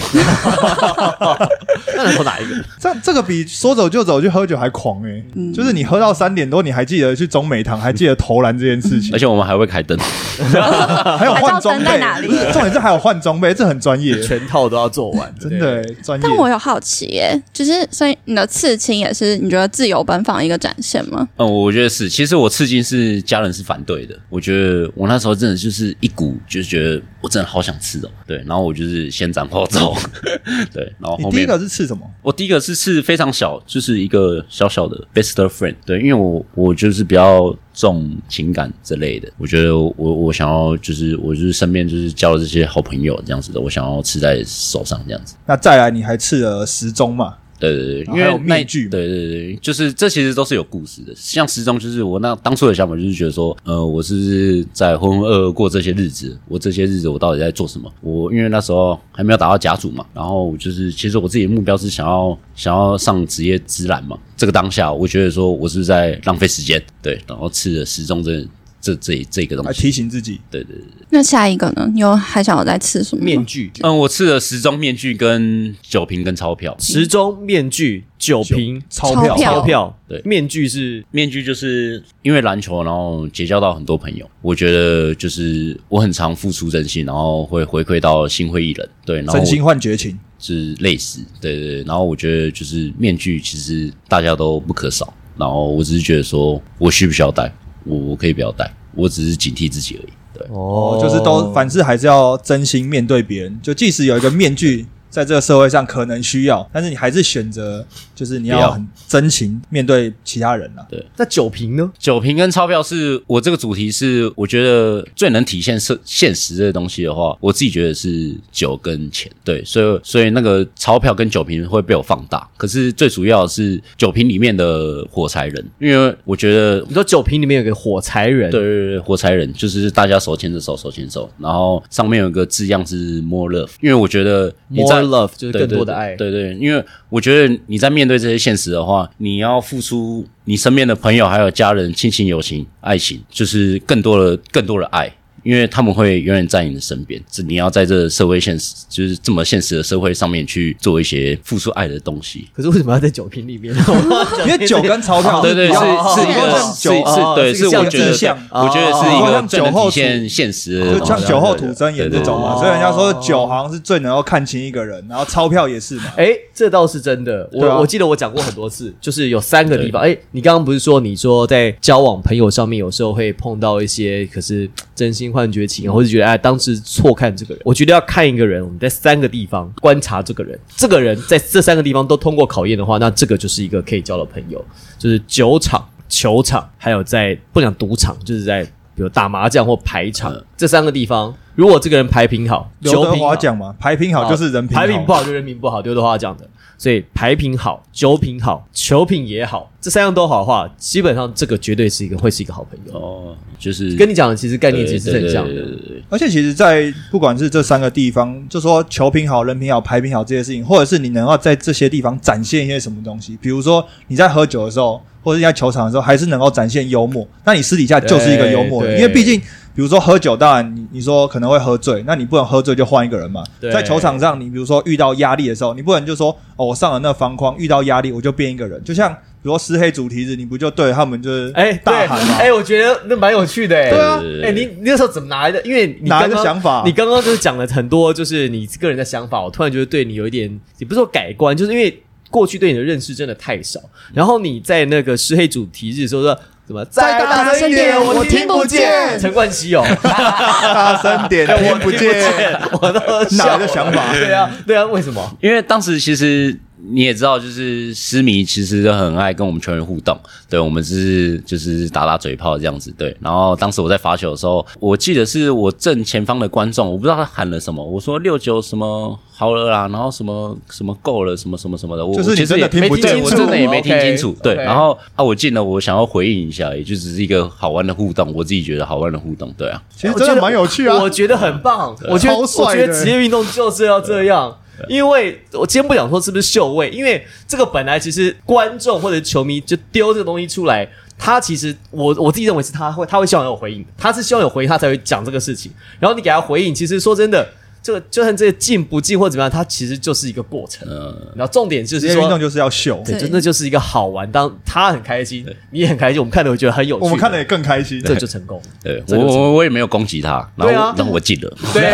Speaker 2: 那能投哪一个？
Speaker 3: 这这个比说走就走去喝酒还狂哎、
Speaker 4: 嗯
Speaker 3: 就是你喝到三点多，你还记得去中美堂，还记得投篮这件事情
Speaker 1: 而，且我们还会开灯，
Speaker 3: 还有换装
Speaker 4: 嗯还知道
Speaker 3: 备
Speaker 4: 灯在哪里。
Speaker 3: 重点是还有换装备，这很专业，
Speaker 2: 全套都要做完，
Speaker 3: 真的、欸、专业
Speaker 4: 但。
Speaker 1: 哦
Speaker 4: 我有好奇耶、就是所以你的刺青也是你觉得自由奔放的一个展现吗？
Speaker 1: 嗯，我觉得是。其实我刺青是家人是反对的，我觉得我那时候真的就是一股就是觉得我真的好想吃哦，对，然后我就是先斩后奏， 对，然后
Speaker 3: 你
Speaker 1: 后
Speaker 3: 第一
Speaker 1: 面
Speaker 3: 个是吃什么？
Speaker 1: 我第一个是刺非常小，就是一个小小的 best friend，对，因为我我就是比较重情感之类的，我觉得我我想要就是我就是身边就是交了这些好朋友这样子的，我想要刺在手上这样子。
Speaker 3: 那再来，你还吃了时钟嘛？
Speaker 1: 对对对，因
Speaker 3: 然后还
Speaker 1: 为
Speaker 3: 有
Speaker 1: 那
Speaker 3: 面具嘛
Speaker 1: 对对对，就是这其实都是有故事的。像时钟，就是我那当初的想法，就是觉得说，呃，我是不是在浑浑噩噩过这些日子？我这些日子我到底在做什么？我因为那时候还没有达到甲组嘛，然后我就是其实我自己的目标是想要想要上职业职篮嘛。这个当下，我觉得说我是不是在浪费时间，对，然后吃了时钟这这这这个东
Speaker 3: 来
Speaker 1: 西，
Speaker 3: 提醒自己，
Speaker 1: 对对对。
Speaker 4: 那下一个呢？你有还想要再刺什么吗
Speaker 2: 面具、
Speaker 1: 嗯，我吃了时钟、面具、跟酒瓶、跟钞票。
Speaker 2: 时钟、面具、酒瓶、
Speaker 3: 钞票
Speaker 4: 钞票
Speaker 2: 钞票。
Speaker 1: 对
Speaker 2: 面具是
Speaker 1: 面具就是因为篮球，然后结交到很多朋友。我觉得就是我很常付出真心，然后会回馈到心灰意冷，对，然后
Speaker 3: 真心换绝情。
Speaker 1: 是类似，对对对。然后我觉得就是面具，其实大家都不可少。然后我只是觉得说，我需不需要戴？我我可以不要戴，我只是警惕自己而已。对，
Speaker 2: 哦
Speaker 3: 就是都凡事还是要真心面对别人。就即使有一个面具在这个社会上可能需要，但是你还是选择就是你
Speaker 1: 不
Speaker 3: 要
Speaker 1: 要
Speaker 3: 很真情面对其他人啊。
Speaker 2: 那酒瓶呢？
Speaker 1: 酒瓶跟钞票是我这个主题是我觉得最能体现是现实这个东西的话，我自己觉得是酒跟钱。对，所以所以那个钞票跟酒瓶会被我放大，可是最主要的是酒瓶里面的火柴人，因为我觉得。
Speaker 2: 你说酒瓶里面有个火柴人，
Speaker 1: 对，对对，火柴人就是大家手牵着手，手牵手，然后上面有一个字样是 “more love”，因为我觉得你在
Speaker 2: More love，就是
Speaker 1: 对
Speaker 2: 更
Speaker 1: 对
Speaker 2: 多的
Speaker 1: 对
Speaker 2: 爱
Speaker 1: 对对，因为我觉得你在面对这些现实的话，你要付出你身边的朋友、还有家人、亲情、友情、爱情，就是更多的、更多的爱。因为他们会永远在你的身边，是你要在这社会现实，就是这么现实的社会上面去做一些付出爱的东西。
Speaker 2: 可是为什么要在酒瓶里面？因
Speaker 3: 因为酒跟 钞票，
Speaker 1: 对对，是
Speaker 2: 哦
Speaker 1: 是一
Speaker 2: 哦
Speaker 1: 个
Speaker 3: 像
Speaker 1: 是
Speaker 3: 酒啊，
Speaker 1: 是对，
Speaker 2: 是一
Speaker 1: 是
Speaker 2: 个
Speaker 1: 我觉得
Speaker 3: 意象
Speaker 1: 我觉得是一
Speaker 3: 哦
Speaker 1: 个
Speaker 3: 像
Speaker 1: 最
Speaker 3: 酒
Speaker 1: 能
Speaker 3: 后
Speaker 1: 体
Speaker 3: 吐
Speaker 1: 现现实的东西，
Speaker 3: 就像酒后吐真
Speaker 1: 对
Speaker 3: 言
Speaker 1: 对
Speaker 3: 这种
Speaker 2: 对
Speaker 3: 嘛，
Speaker 2: 对对
Speaker 3: 所以人家说酒行是最能够看清一个人，然后钞票也是嘛。
Speaker 2: 哎，这倒是真的。我、
Speaker 3: 对啊
Speaker 2: 我记得我讲过很多次， 就是有三个地方。哎，你刚刚不是说你说在交往朋友上面，有时候会碰到一些可是嘖真心换绝情啊，或者觉得哎当时错看这个人。我觉得要看一个人，我们在三个地方观察这个人，这个人在这三个地方都通过考验的话，那这个就是一个可以交的朋友，就是酒场、球场，还有在不讲赌场，就是在比如打麻将或牌场、这三个地方。如果这个人牌品好，
Speaker 1: 啊
Speaker 3: 嗯刘
Speaker 2: 酒
Speaker 3: 德
Speaker 2: 品好
Speaker 3: 华讲嘛，牌品好就是人品
Speaker 2: 牌品不
Speaker 3: 好。
Speaker 2: 好就人品不好，刘德华讲的。所以牌品好，酒品好，球品也好，这三样都好的话，基本上这个绝对是一个会是一个好朋友。
Speaker 1: 哦，就是
Speaker 2: 跟你讲的其实概
Speaker 1: 概
Speaker 2: 念其实是很像
Speaker 1: 对对
Speaker 2: 的。
Speaker 1: 对对对
Speaker 3: 而且其实，在不管是这三个地方，就说球品好、人品好、牌品好这些事情，或者是你能够在这些地方展现一些什么东西，比如说你在喝酒的时候，或者是在球场的时候，还是能够展现幽默。那你私底下就是一个幽默的人，
Speaker 2: 对
Speaker 3: 因为毕竟，比如说喝酒，当然你你说可能会喝醉，那你不能喝醉就换一个人嘛。
Speaker 2: 对
Speaker 3: 在球场上，你比如说遇到压力的时候，你不能就说哦，我上了那方框，遇到压力我就变一个人，就像。比如说撕黑主题日，你不就对他们就是
Speaker 2: 哎，对
Speaker 3: 大喊吗？
Speaker 2: 哎，我觉得那蛮有趣的，哎，
Speaker 3: 对啊
Speaker 2: 哎，你你那时候怎么拿来的？因为你
Speaker 3: 哪来
Speaker 2: 刚
Speaker 3: 的
Speaker 2: 刚
Speaker 3: 想法
Speaker 2: 你刚刚就是讲了很多，就是你个人的想法，我突然觉得对你有一点，也不是说改观，就是因为过去对你的认识真的太少。然后你在那个失黑主题日的时候说，怎么再
Speaker 3: 大声一点我听不见
Speaker 2: 陈冠希哦，
Speaker 3: 大声 点，听不见，，
Speaker 2: 我都笑
Speaker 3: 哪来的想法
Speaker 2: 对啊，对啊，为什么？
Speaker 1: 因为当时其实你也知道，就是诗迷其实很爱跟我们球员互动，对我们是就是打打嘴炮这样子，对。然后当时我在罚球的时候，我记得是我正前方的观众，我不知道他喊了什么，我说六九什么好了啦，然后什么什么够了，什么什么什么的，我
Speaker 3: 就是
Speaker 1: 我
Speaker 3: 你
Speaker 1: 其实
Speaker 3: 真的
Speaker 1: 也
Speaker 3: 听不
Speaker 1: 对
Speaker 3: 清
Speaker 1: 我
Speaker 3: 楚
Speaker 1: 真的也没听清楚
Speaker 2: OK，，
Speaker 1: 对。
Speaker 2: OK
Speaker 1: 然后啊，我进了，我想要回应一下，也就只是一个好玩的互动，我自己觉得好玩的互动，对啊。
Speaker 3: 其实真的蛮有趣啊。
Speaker 2: 我觉得很棒，我觉得
Speaker 3: 超帅的
Speaker 2: 我觉得职业运动就是要这样。因为我今天不想说是不是秀位，因为这个本来其实观众或者球迷就丢这个东西出来，他其实我我自己认为是他会他会希望有回应，他是希望有回应他才会讲这个事情，然后你给他回应，其实说真的，这个就算这个进不进或怎么样，它其实就是一个过程。
Speaker 1: 嗯
Speaker 2: 然后重点就是
Speaker 3: 职业运动
Speaker 2: 说，
Speaker 3: 就是要秀，
Speaker 2: 对，
Speaker 4: 对
Speaker 2: 真的就是一个好玩，当他很开心，你也很开心，我们看的我觉得很有趣，
Speaker 3: 我们看的也更开心。
Speaker 2: 这就成功了。
Speaker 1: 对
Speaker 2: 这
Speaker 1: 我
Speaker 2: 就是
Speaker 1: 我我也没有攻击他，然
Speaker 2: 对
Speaker 1: 后、
Speaker 2: 啊
Speaker 1: 然后我进了，
Speaker 2: 对，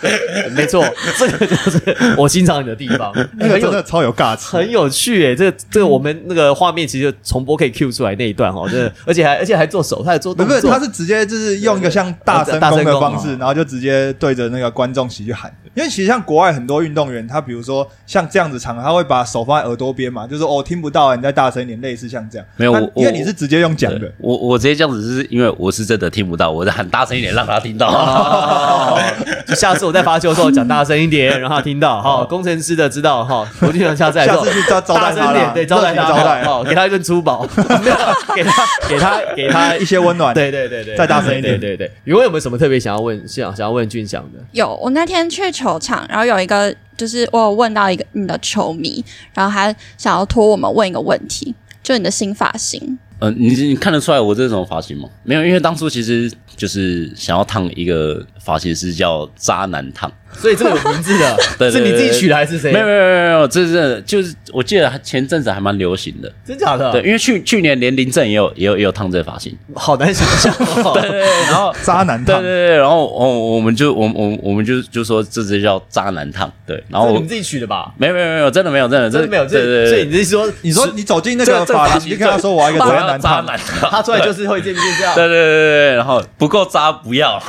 Speaker 2: 对没错，这个就是我欣赏你的地方，
Speaker 3: 那个
Speaker 2: 很
Speaker 3: 真
Speaker 2: 有
Speaker 3: 的超有尬词，
Speaker 2: 很有趣诶、这个这个我们那个画面其实就重播可以 Q 出来那一段哈， 真的，而且还而且还做手，他还做
Speaker 3: 不
Speaker 2: 动
Speaker 3: 是，
Speaker 2: 作，
Speaker 3: 他是直接就是用一个像大声
Speaker 2: 大声
Speaker 3: 功的
Speaker 2: 功
Speaker 3: 方式
Speaker 2: 哦，
Speaker 3: 然后就直接对着那个观众席去喊。因为其实像国外很多运动员，他比如说像这样子场合，他会把手放在耳朵边嘛，就说哦听不到啊，你再大声一点，类似像这样。
Speaker 1: 没有
Speaker 3: 但
Speaker 1: 我
Speaker 3: 因为
Speaker 1: 我
Speaker 3: 你是直接用讲
Speaker 1: 对
Speaker 3: 的，
Speaker 1: 我我直接这样子，是因为我是真的听不到，我在喊大声一点让他听到。
Speaker 2: 哦，就下次我在发球的时候讲大声一点，让他听到哈。工程师的知道哈，我就想下次来
Speaker 3: 哦下
Speaker 2: 做
Speaker 3: 次去招招
Speaker 2: 大
Speaker 3: 待
Speaker 2: 声
Speaker 3: 他啦
Speaker 2: 点，对，招待他，
Speaker 3: 热情招待
Speaker 2: 哦，给他一顿粗饱， 没有给他给他给他
Speaker 3: 一些温暖。
Speaker 2: 对对对对，
Speaker 3: 再大声一点
Speaker 2: 对对对。宇文有没有什么特别想要问想想要问俊祥的？
Speaker 4: 有，我那天去球场，然后有一个就是我有问到一个你的球迷，然后他想要托我们问一个问题，就你的新发型。
Speaker 1: 嗯、你你看得出来我这种发型吗？没有，因为当初其实就是想要烫一个发型师叫渣男烫，
Speaker 2: 所以这个有名字 的，
Speaker 1: 对对对
Speaker 2: 是你自己取的还是谁？
Speaker 1: 没有没有没有没有，这是就是我记得前阵子还蛮流行的，
Speaker 2: 真假的？
Speaker 1: 对，，因为去去年连林正也有也有也有烫这个发型，
Speaker 2: 好难想象哦。对对对，然后
Speaker 3: 渣男
Speaker 1: 对
Speaker 3: 烫
Speaker 1: 对，对，然后哦我们就我我我们就就说这只叫渣男烫，对，然后
Speaker 2: 你
Speaker 1: 我
Speaker 2: 们自己取的吧？
Speaker 1: 没有没有没有，真的没有真的
Speaker 2: 真的没有，
Speaker 1: 对对
Speaker 2: 这
Speaker 1: 对
Speaker 2: 所以你是说
Speaker 3: 你说你走进那个
Speaker 1: 这这
Speaker 3: 发
Speaker 1: 发
Speaker 3: 廊，
Speaker 1: 型
Speaker 3: 你就跟他说我要一个
Speaker 1: 我
Speaker 3: 渣
Speaker 1: 要
Speaker 3: 男
Speaker 1: 渣
Speaker 3: 烫，
Speaker 1: 男
Speaker 2: 他
Speaker 1: 烫，
Speaker 2: 出来就是会变变这 样？
Speaker 1: 对对对对对，然后不够渣不 要。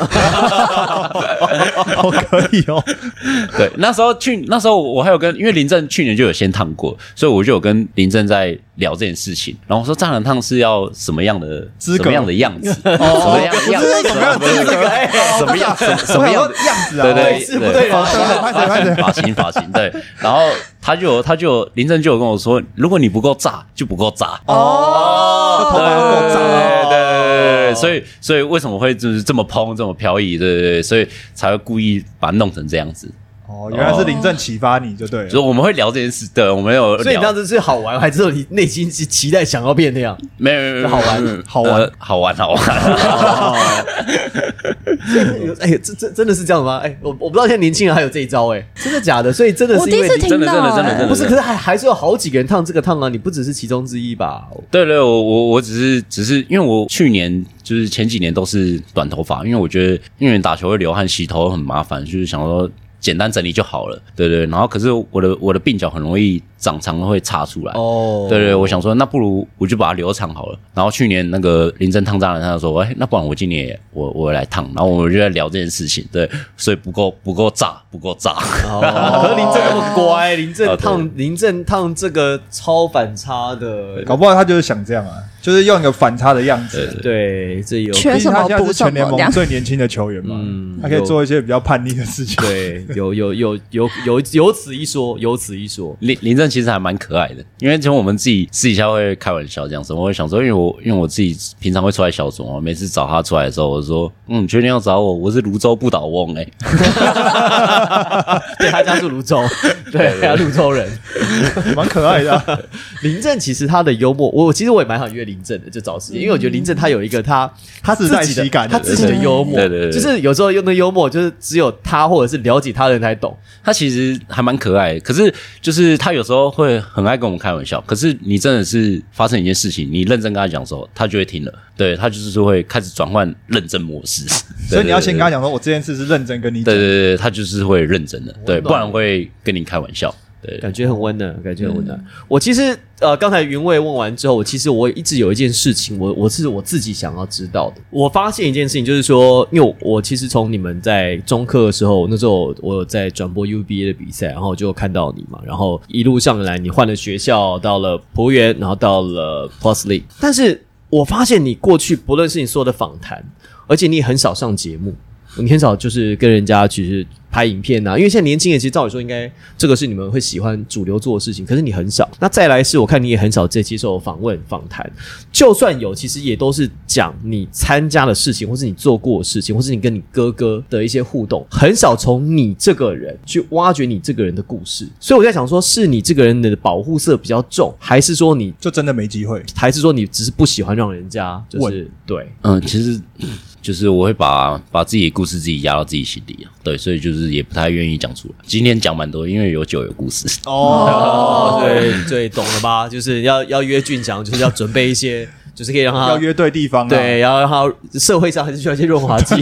Speaker 3: 哦可以哦。
Speaker 1: 对，那时候去那时候我还有跟，因为林正去年就有先烫过，所以我就有跟林正在聊这件事情。然后我说渣男烫是要什么样的
Speaker 3: 资格哦
Speaker 1: 什么样的样 子，什么样的样
Speaker 3: 我知
Speaker 1: 子，
Speaker 3: 道怎么样的
Speaker 2: 这个哎，
Speaker 1: 什么样什什
Speaker 3: 我
Speaker 1: 么
Speaker 3: 想
Speaker 1: 样
Speaker 3: 说
Speaker 1: 的。
Speaker 3: 样子啊？
Speaker 1: 对对
Speaker 2: 是不对
Speaker 3: 哦对
Speaker 2: 的。
Speaker 3: 对拍谁拍谁。
Speaker 1: 发型发型对，然后他就有他就有林正就有跟我说，如果你不够炸就不够炸，
Speaker 3: 哦，头
Speaker 1: 对
Speaker 3: 发要够炸哦。
Speaker 1: 对对对对，所以所以为什么会就是这么蓬这么飘逸，对对对，所以才会故意把它弄成这样子。
Speaker 3: 哦，原来是林正启发你就对了
Speaker 1: 所。以我们会聊这件事，对，我们有聊，
Speaker 2: 所以你当时是好玩，还是说你内心是期待想要变那样？
Speaker 1: 没有没有没有
Speaker 2: 好玩
Speaker 1: 没有
Speaker 3: 好玩
Speaker 1: 呃好玩好玩，
Speaker 2: 哎，这这真的是这样吗？哎，我我不知道现在年轻人还有这一招，哎，真的假的？所以真的
Speaker 4: 我
Speaker 2: 是
Speaker 4: 第
Speaker 2: 因
Speaker 4: 一
Speaker 2: 为
Speaker 4: 次
Speaker 2: 你
Speaker 1: 真
Speaker 4: 听
Speaker 1: 的真的
Speaker 4: 到、
Speaker 1: 真的
Speaker 4: 哎
Speaker 1: 真的
Speaker 2: 不是，可是还还是有好几个人烫这个烫啊，你不只是其中之一吧？
Speaker 1: 对对，我我我只是只是因为我去年就是前几年都是短头发，因为我觉得因为打球会流汗，洗头很麻烦，就是想说。简单整理就好了，对对。然后可是我的我的鬓角很容易长长会插出来，
Speaker 2: 哦
Speaker 1: 对对，我想说，那不如我就把它留长好了。然后去年那个林真烫渣男，他就说，哎，那不然我今年也我我也来烫。然后我们就在聊这件事情，对，所以不够不够炸，不够炸。
Speaker 2: 哦，可是林正那么乖，林正
Speaker 1: 哦对
Speaker 2: 烫林正烫这个超反差的，
Speaker 3: 搞不好他就是想这样啊，就是用一个反差的样子。
Speaker 2: 对，这有
Speaker 4: 缺
Speaker 3: 毕竟
Speaker 4: 什
Speaker 3: 他
Speaker 4: 么
Speaker 3: 现在
Speaker 4: 补
Speaker 3: 是
Speaker 4: 什
Speaker 3: 全联
Speaker 4: 么这
Speaker 3: 盟
Speaker 4: 样。
Speaker 3: 最年轻的球员嘛，
Speaker 1: 嗯
Speaker 3: 他可以做一些比较叛逆的事情。
Speaker 2: 对，有有有有有有此一说，有此一说。
Speaker 1: 林林正其实还蛮可爱的，因为其实我们自己私底下会开玩笑这样子，我会想说，因为我因为我自己平常会出来小酌嘛，每次找他出来的时候，我就说，嗯，你确定要找我？我是泸州不倒翁哎、
Speaker 2: 对他家住 泸州，对，他泸州人。
Speaker 3: 蛮可爱 的啊、
Speaker 2: 林正其实他的幽默，我我其实我也蛮想约林正的，就早期，因为我觉得林正他有一个他他自
Speaker 3: 自
Speaker 2: 己
Speaker 3: 带喜
Speaker 2: 的
Speaker 3: 感
Speaker 2: 他自己的幽默，
Speaker 1: 对对对对
Speaker 2: 就是有时候用的幽默，就是只有他或者是了解他的人才懂。
Speaker 1: 他其实还蛮可爱的，可是就是他有时候会很爱跟我们开玩笑，可是你真的是发生一件事情，你认真跟他讲的时候，他就会听了，对他就是会开始转换认真模式，
Speaker 3: 所以你要先跟他讲说，我这件事是认真跟你讲
Speaker 1: 对，对对，对他就是会认真的，对，
Speaker 2: 懂
Speaker 1: 不然会跟你开玩笑，对
Speaker 2: 感觉很温暖，感觉很温暖。我其实呃，刚才云卫问完之后，我其实我一直有一件事情，我我是我自己想要知道的。我发现一件事情，就是说，因为我我其实从你们在中课的时候，那时候我我有在转播 UBA 的比赛，然后就看到你嘛，然后一路上来，你换了学校，到了浦原，然后到了 Plus League，但是我发现你过去不论是你说的访谈，而且你也很少上节目。你很少就是跟人家其实拍影片呐、啊因为现在年轻人其实照理说应该这个是你们会喜欢主流做的事情，可是你很少。那再来是我看你也很少在接受访问访谈，就算有，其实也都是讲你参加的事情，或是你做过的事情，或是你跟你哥哥的一些互动，很少从你这个人去挖掘你这个人的故事。所以我在想说，是你这个人的保护色比较重，还是说你，
Speaker 3: 就真的没机会。
Speaker 2: 还是说你只是不喜欢让人家就是对？
Speaker 1: 嗯，其实就是我会把把自己的故事自己压到自己心里啊，对，所以就是也不太愿意讲出来。今天讲蛮多，因为有酒有故事。
Speaker 3: 哦，
Speaker 2: 对对，懂了吧？就是要要约俊强，就是要准备一些， 就是可以让他
Speaker 3: 要约对地方啊。
Speaker 2: 对，要让他社会上还是需要一些润滑剂，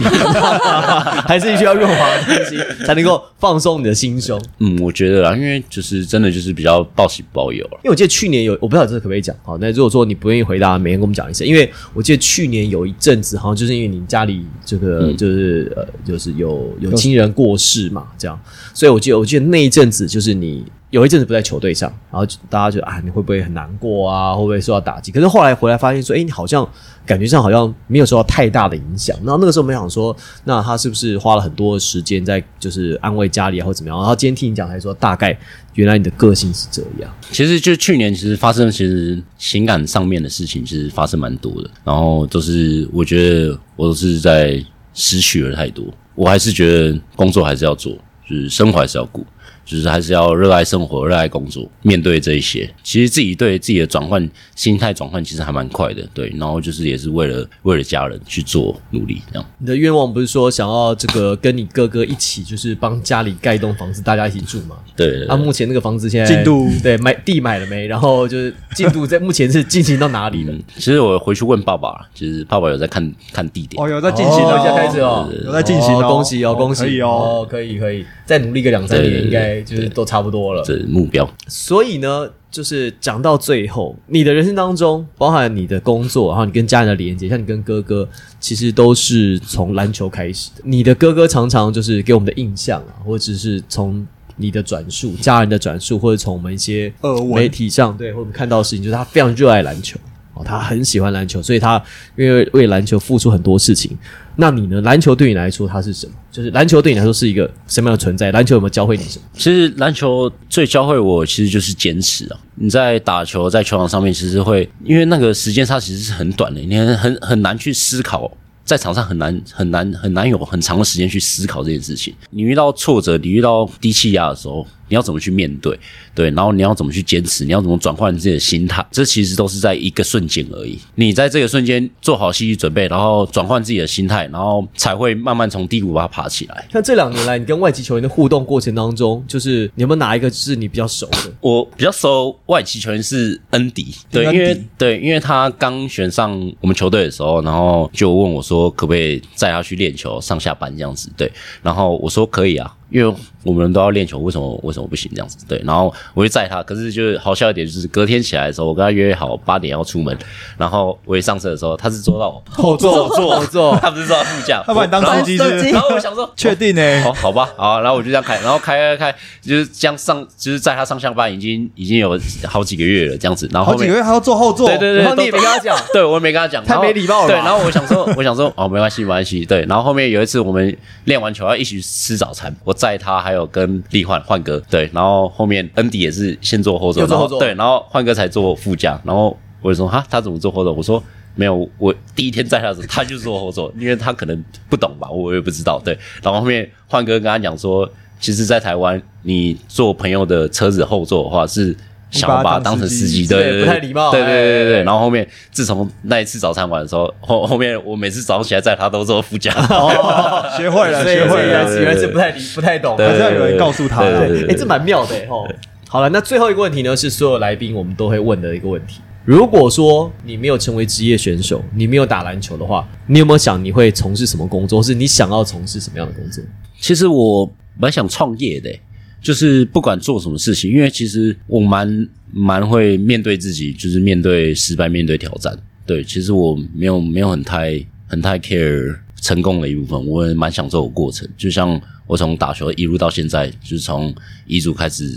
Speaker 2: 还是需要润滑的东西才能够放松你的心胸。
Speaker 1: 嗯，我觉得啊，因为就是真的就是比较报喜不报忧啊了。
Speaker 2: 因为我记得去年有，我不知道这个可不可以讲。好，那如果说你不愿意回答，每天跟我们讲一声。因为我记得去年有一阵子，好像就是因为你家里这个、就是呃，就是有有亲人过世嘛，这样。所以我记得，我记得那一阵子就是你有一阵子不在球队上，然后就大家就啊，你会不会很难过啊？会不会受到打击？可是后来回来发现说，哎，你好像感觉上好像没有受到太大的影响。然后那个时候我们想说，那他是不是花了很多时间在就是安慰家里啊，或怎么样？然后今天听你讲才说，大概原来你的个性是这样。
Speaker 1: 其实就去年，其实发生其实情感上面的事情，其实发生蛮多的。然后都是我觉得我都是在失去了太多，我还是觉得工作还是要做，就是生活还是要顾，就是还是要热爱生活、热爱工作。面对这一些，其实自己对自己的转换、心态转换，其实还蛮快的。对，然后就是也是为了为了家人去做努力，这样。
Speaker 2: 你的愿望不是说想要这个跟你哥哥一起，就是帮家里盖一栋房子，大家一起住吗？
Speaker 1: 对对对
Speaker 2: 啊，目前那个房子现在
Speaker 3: 进度
Speaker 2: 对买地买了没？然后就是进度在目前是进行到哪里了？
Speaker 1: 嗯，其实我回去问爸爸，就是爸爸有在看看地点。
Speaker 3: 哦，有在进行了，
Speaker 2: 哦现在开始哦，
Speaker 3: 有在进行
Speaker 2: 哦
Speaker 3: 哦，
Speaker 2: 恭喜哦，恭喜
Speaker 3: 可以哦。，
Speaker 2: 可以可以，再努力个两三
Speaker 1: 对
Speaker 2: 年，
Speaker 1: 对
Speaker 2: 应该就是都差不多了。
Speaker 1: 这目标，
Speaker 2: 所以呢，就是讲到最后，你的人生当中，包含你的工作，然后你跟家人的连接，像你跟哥哥，其实都是从篮球开始的。你的哥哥常常就是给我们的印象啊，或者是从。你的转述，家人的转述，或者从我们一些呃
Speaker 3: 耳闻
Speaker 2: 媒体上，对，或者我们看到的事情，就是他非常热爱篮球哦，他很喜欢篮球，所以他因为为篮球付出很多事情。那你呢？篮球对你来说，它是什么？就是篮球对你来说是一个什么样的存在？篮球有没有教会你什么？
Speaker 1: 其实篮球最教会我，其实就是坚持啊！你在打球，在球场上面，其实会因为那个时间差其实是很短的，你很很很难去思考，在场上很难很难很难有很长的时间去思考这件事情。你遇到挫折，你遇到低气压的时候，你要怎么去面对？对，然后你要怎么去坚持？你要怎么转换自己的心态？这其实都是在一个瞬间而已。你在这个瞬间做好心理准备，然后转换自己的心态，然后才会慢慢从低谷把它爬起来。
Speaker 2: 像这两年来，你跟外籍球员的互动过程当中，就是你有没有哪一个是你比较熟的？
Speaker 1: 我比较熟外籍球员是恩迪，对，
Speaker 3: 恩
Speaker 1: 因
Speaker 3: 迪
Speaker 1: 为对，因为他刚选上我们球队的时候，然后就问我说可不可以载他去练球，上下班这样子，对，然后我说可以啊，因为我们都要练球，为什么为什么不行这样子？对，然后我就载他，可是就是好笑一点就是隔天起来的时候，我跟他约好八点要出门，然后我一上车的时候，他是坐到
Speaker 2: 后座，后座，后座。
Speaker 1: 他不是坐到副驾，
Speaker 3: 他把你当
Speaker 1: 然后
Speaker 3: 司机
Speaker 4: 哦
Speaker 3: 是不是
Speaker 1: 然后我想说
Speaker 3: 确定欸呢？
Speaker 1: 哦，好吧，好，然后我就这样开，然后开开开，就是这样上，就是在他上下班已经已经有好几个月了，这样子，然后
Speaker 3: 好
Speaker 1: 后
Speaker 3: 几
Speaker 1: 面
Speaker 3: 个月还要坐后座，
Speaker 1: 对对对，
Speaker 2: 然后你也
Speaker 1: 都
Speaker 2: 没跟他讲，
Speaker 1: 对我也没跟他讲，
Speaker 2: 太
Speaker 1: 然后
Speaker 2: 没礼貌了吧
Speaker 1: 对，然后我想说，我想说，哦，没关系，没关系，对。然后后面有一次我们练完球要一起吃早餐，我载他，还有跟立焕焕哥，对。然后后面恩迪也是先坐后座，
Speaker 2: 又坐
Speaker 1: 然后
Speaker 2: 后座
Speaker 1: 对，然后焕哥才坐副驾，然后我就说哈，他怎么坐后座？我说。没有，我第一天载他的时候，他就坐后座，因为他可能不懂吧，我也不知道。对，然后后面焕哥跟他讲说，其实，在台湾，你坐朋友的车子后座的话，是想要
Speaker 3: 你把
Speaker 1: 把
Speaker 3: 他
Speaker 1: 他当
Speaker 3: 当
Speaker 1: 成
Speaker 3: 司
Speaker 1: 司
Speaker 3: 机
Speaker 1: 机，对，
Speaker 2: 对
Speaker 1: 对
Speaker 2: 不太
Speaker 1: 对
Speaker 2: 礼貌
Speaker 1: 对对对对
Speaker 2: 哎
Speaker 1: 对。然后后面自从那一次早餐玩的时候，后后面我每次早上起来载他都坐 副驾，
Speaker 3: 哦，学会了，
Speaker 2: 所以
Speaker 3: 学会
Speaker 2: 原来
Speaker 3: 了，
Speaker 2: 是原来是不太理不太懂。
Speaker 1: 对
Speaker 3: 还是要有人告诉他啊
Speaker 1: 对对对
Speaker 2: 对，哎，这蛮妙的吼。好了，那最后一个问题呢，是所有来宾我们都会问的一个问题。如果说你没有成为职业选手，你没有打篮球的话，你有没有想你会从事什么工作，或是你想要从事什么样的工作？
Speaker 1: 其实我蛮想创业的欸、就是不管做什么事情，因为其实我蛮蛮会面对自己，就是面对失败，面对挑战。对，其实我没有没有很太很太 care 成功的一部分，我也蛮享受我过程。就像我从打球一路到现在，就是从乙组开始，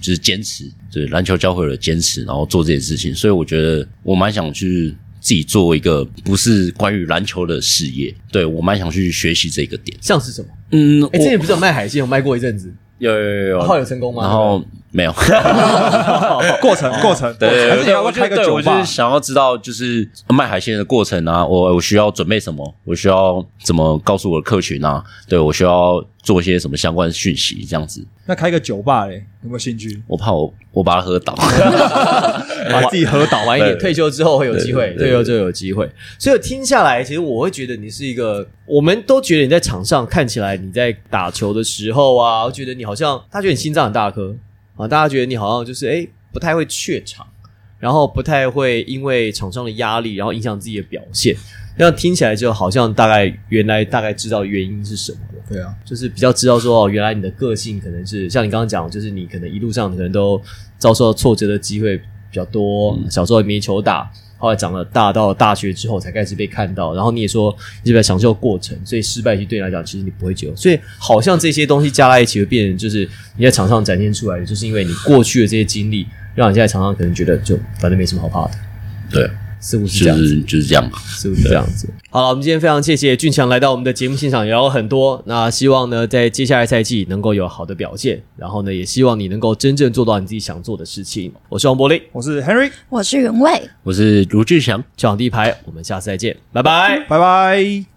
Speaker 1: 就是坚持，对篮球教会了坚持，然后做这件事情。所以我觉得我蛮想去自己做一个不是关于篮球的事业，对我蛮想去学习这个点。
Speaker 2: 像是什么？
Speaker 1: 嗯，我
Speaker 2: 哎，之前不是有卖海鲜，有卖过一阵子，
Speaker 1: 有有有有，
Speaker 2: 然哦后有成功吗？
Speaker 1: 然后没有。
Speaker 3: 过程过程，
Speaker 1: 对对
Speaker 3: 还
Speaker 1: 对，
Speaker 3: 是你要
Speaker 1: 我
Speaker 3: 不要
Speaker 1: 就
Speaker 3: 开个
Speaker 1: 对
Speaker 3: 酒
Speaker 1: 我就
Speaker 3: 吧
Speaker 1: 是？想要知道，就是卖海鲜的过程啊，我我需要准备什么，我需要怎么告诉我的客群啊，对我需要做一些什么相关的讯息，这样子，
Speaker 3: 那开个酒吧嘞，有没有兴趣？
Speaker 1: 我怕我我把它喝倒。
Speaker 3: 把自己喝倒。
Speaker 2: 晚一点，
Speaker 1: 对
Speaker 2: 退休之后会有机会，
Speaker 1: 对对
Speaker 2: 退
Speaker 1: 对
Speaker 2: 休之后有机会。所以听下来，其实我会觉得你是一个，我们都觉得你在场上看起来，你在打球的时候啊，我觉得你好像，大家觉得你心脏很大颗啊，大家觉得你好像就是哎、诶不太会怯场，然后不太会因为场上的压力，然后影响自己的表现。那听起来就好像大概原来大概知道原因是什么了。
Speaker 3: 对啊，
Speaker 2: 就是比较知道说，哦，原来你的个性可能是像你刚刚讲，就是你可能一路上可能都遭受到挫折的机会比较多，小时候也没球打，后来长了大到大学之后才开始被看到，然后你也说你比较享受过程，所以失败其实对你来讲，其实你不会觉得，所以好像这些东西加在一起，会变成就是你在场上展现出来的，就是因为你过去的这些经历，让你现在场上可能觉得就反正没什么好怕的，
Speaker 1: 对，
Speaker 2: 似乎是这
Speaker 1: 就
Speaker 2: 样子。
Speaker 1: 是就是这样。
Speaker 2: 是不是这样子？好了，我们今天非常谢谢俊强来到我们的节目现场，聊了很多。那希望呢，在接下来赛季能够有好的表现，然后呢，也希望你能够真正做到你自己想做的事情。我是王柏林，
Speaker 3: 我是 Henry，
Speaker 4: 我是云蔚。
Speaker 1: 我是卢俊祥。
Speaker 2: 球场地牌，我们下次再见，拜拜。
Speaker 3: 拜拜。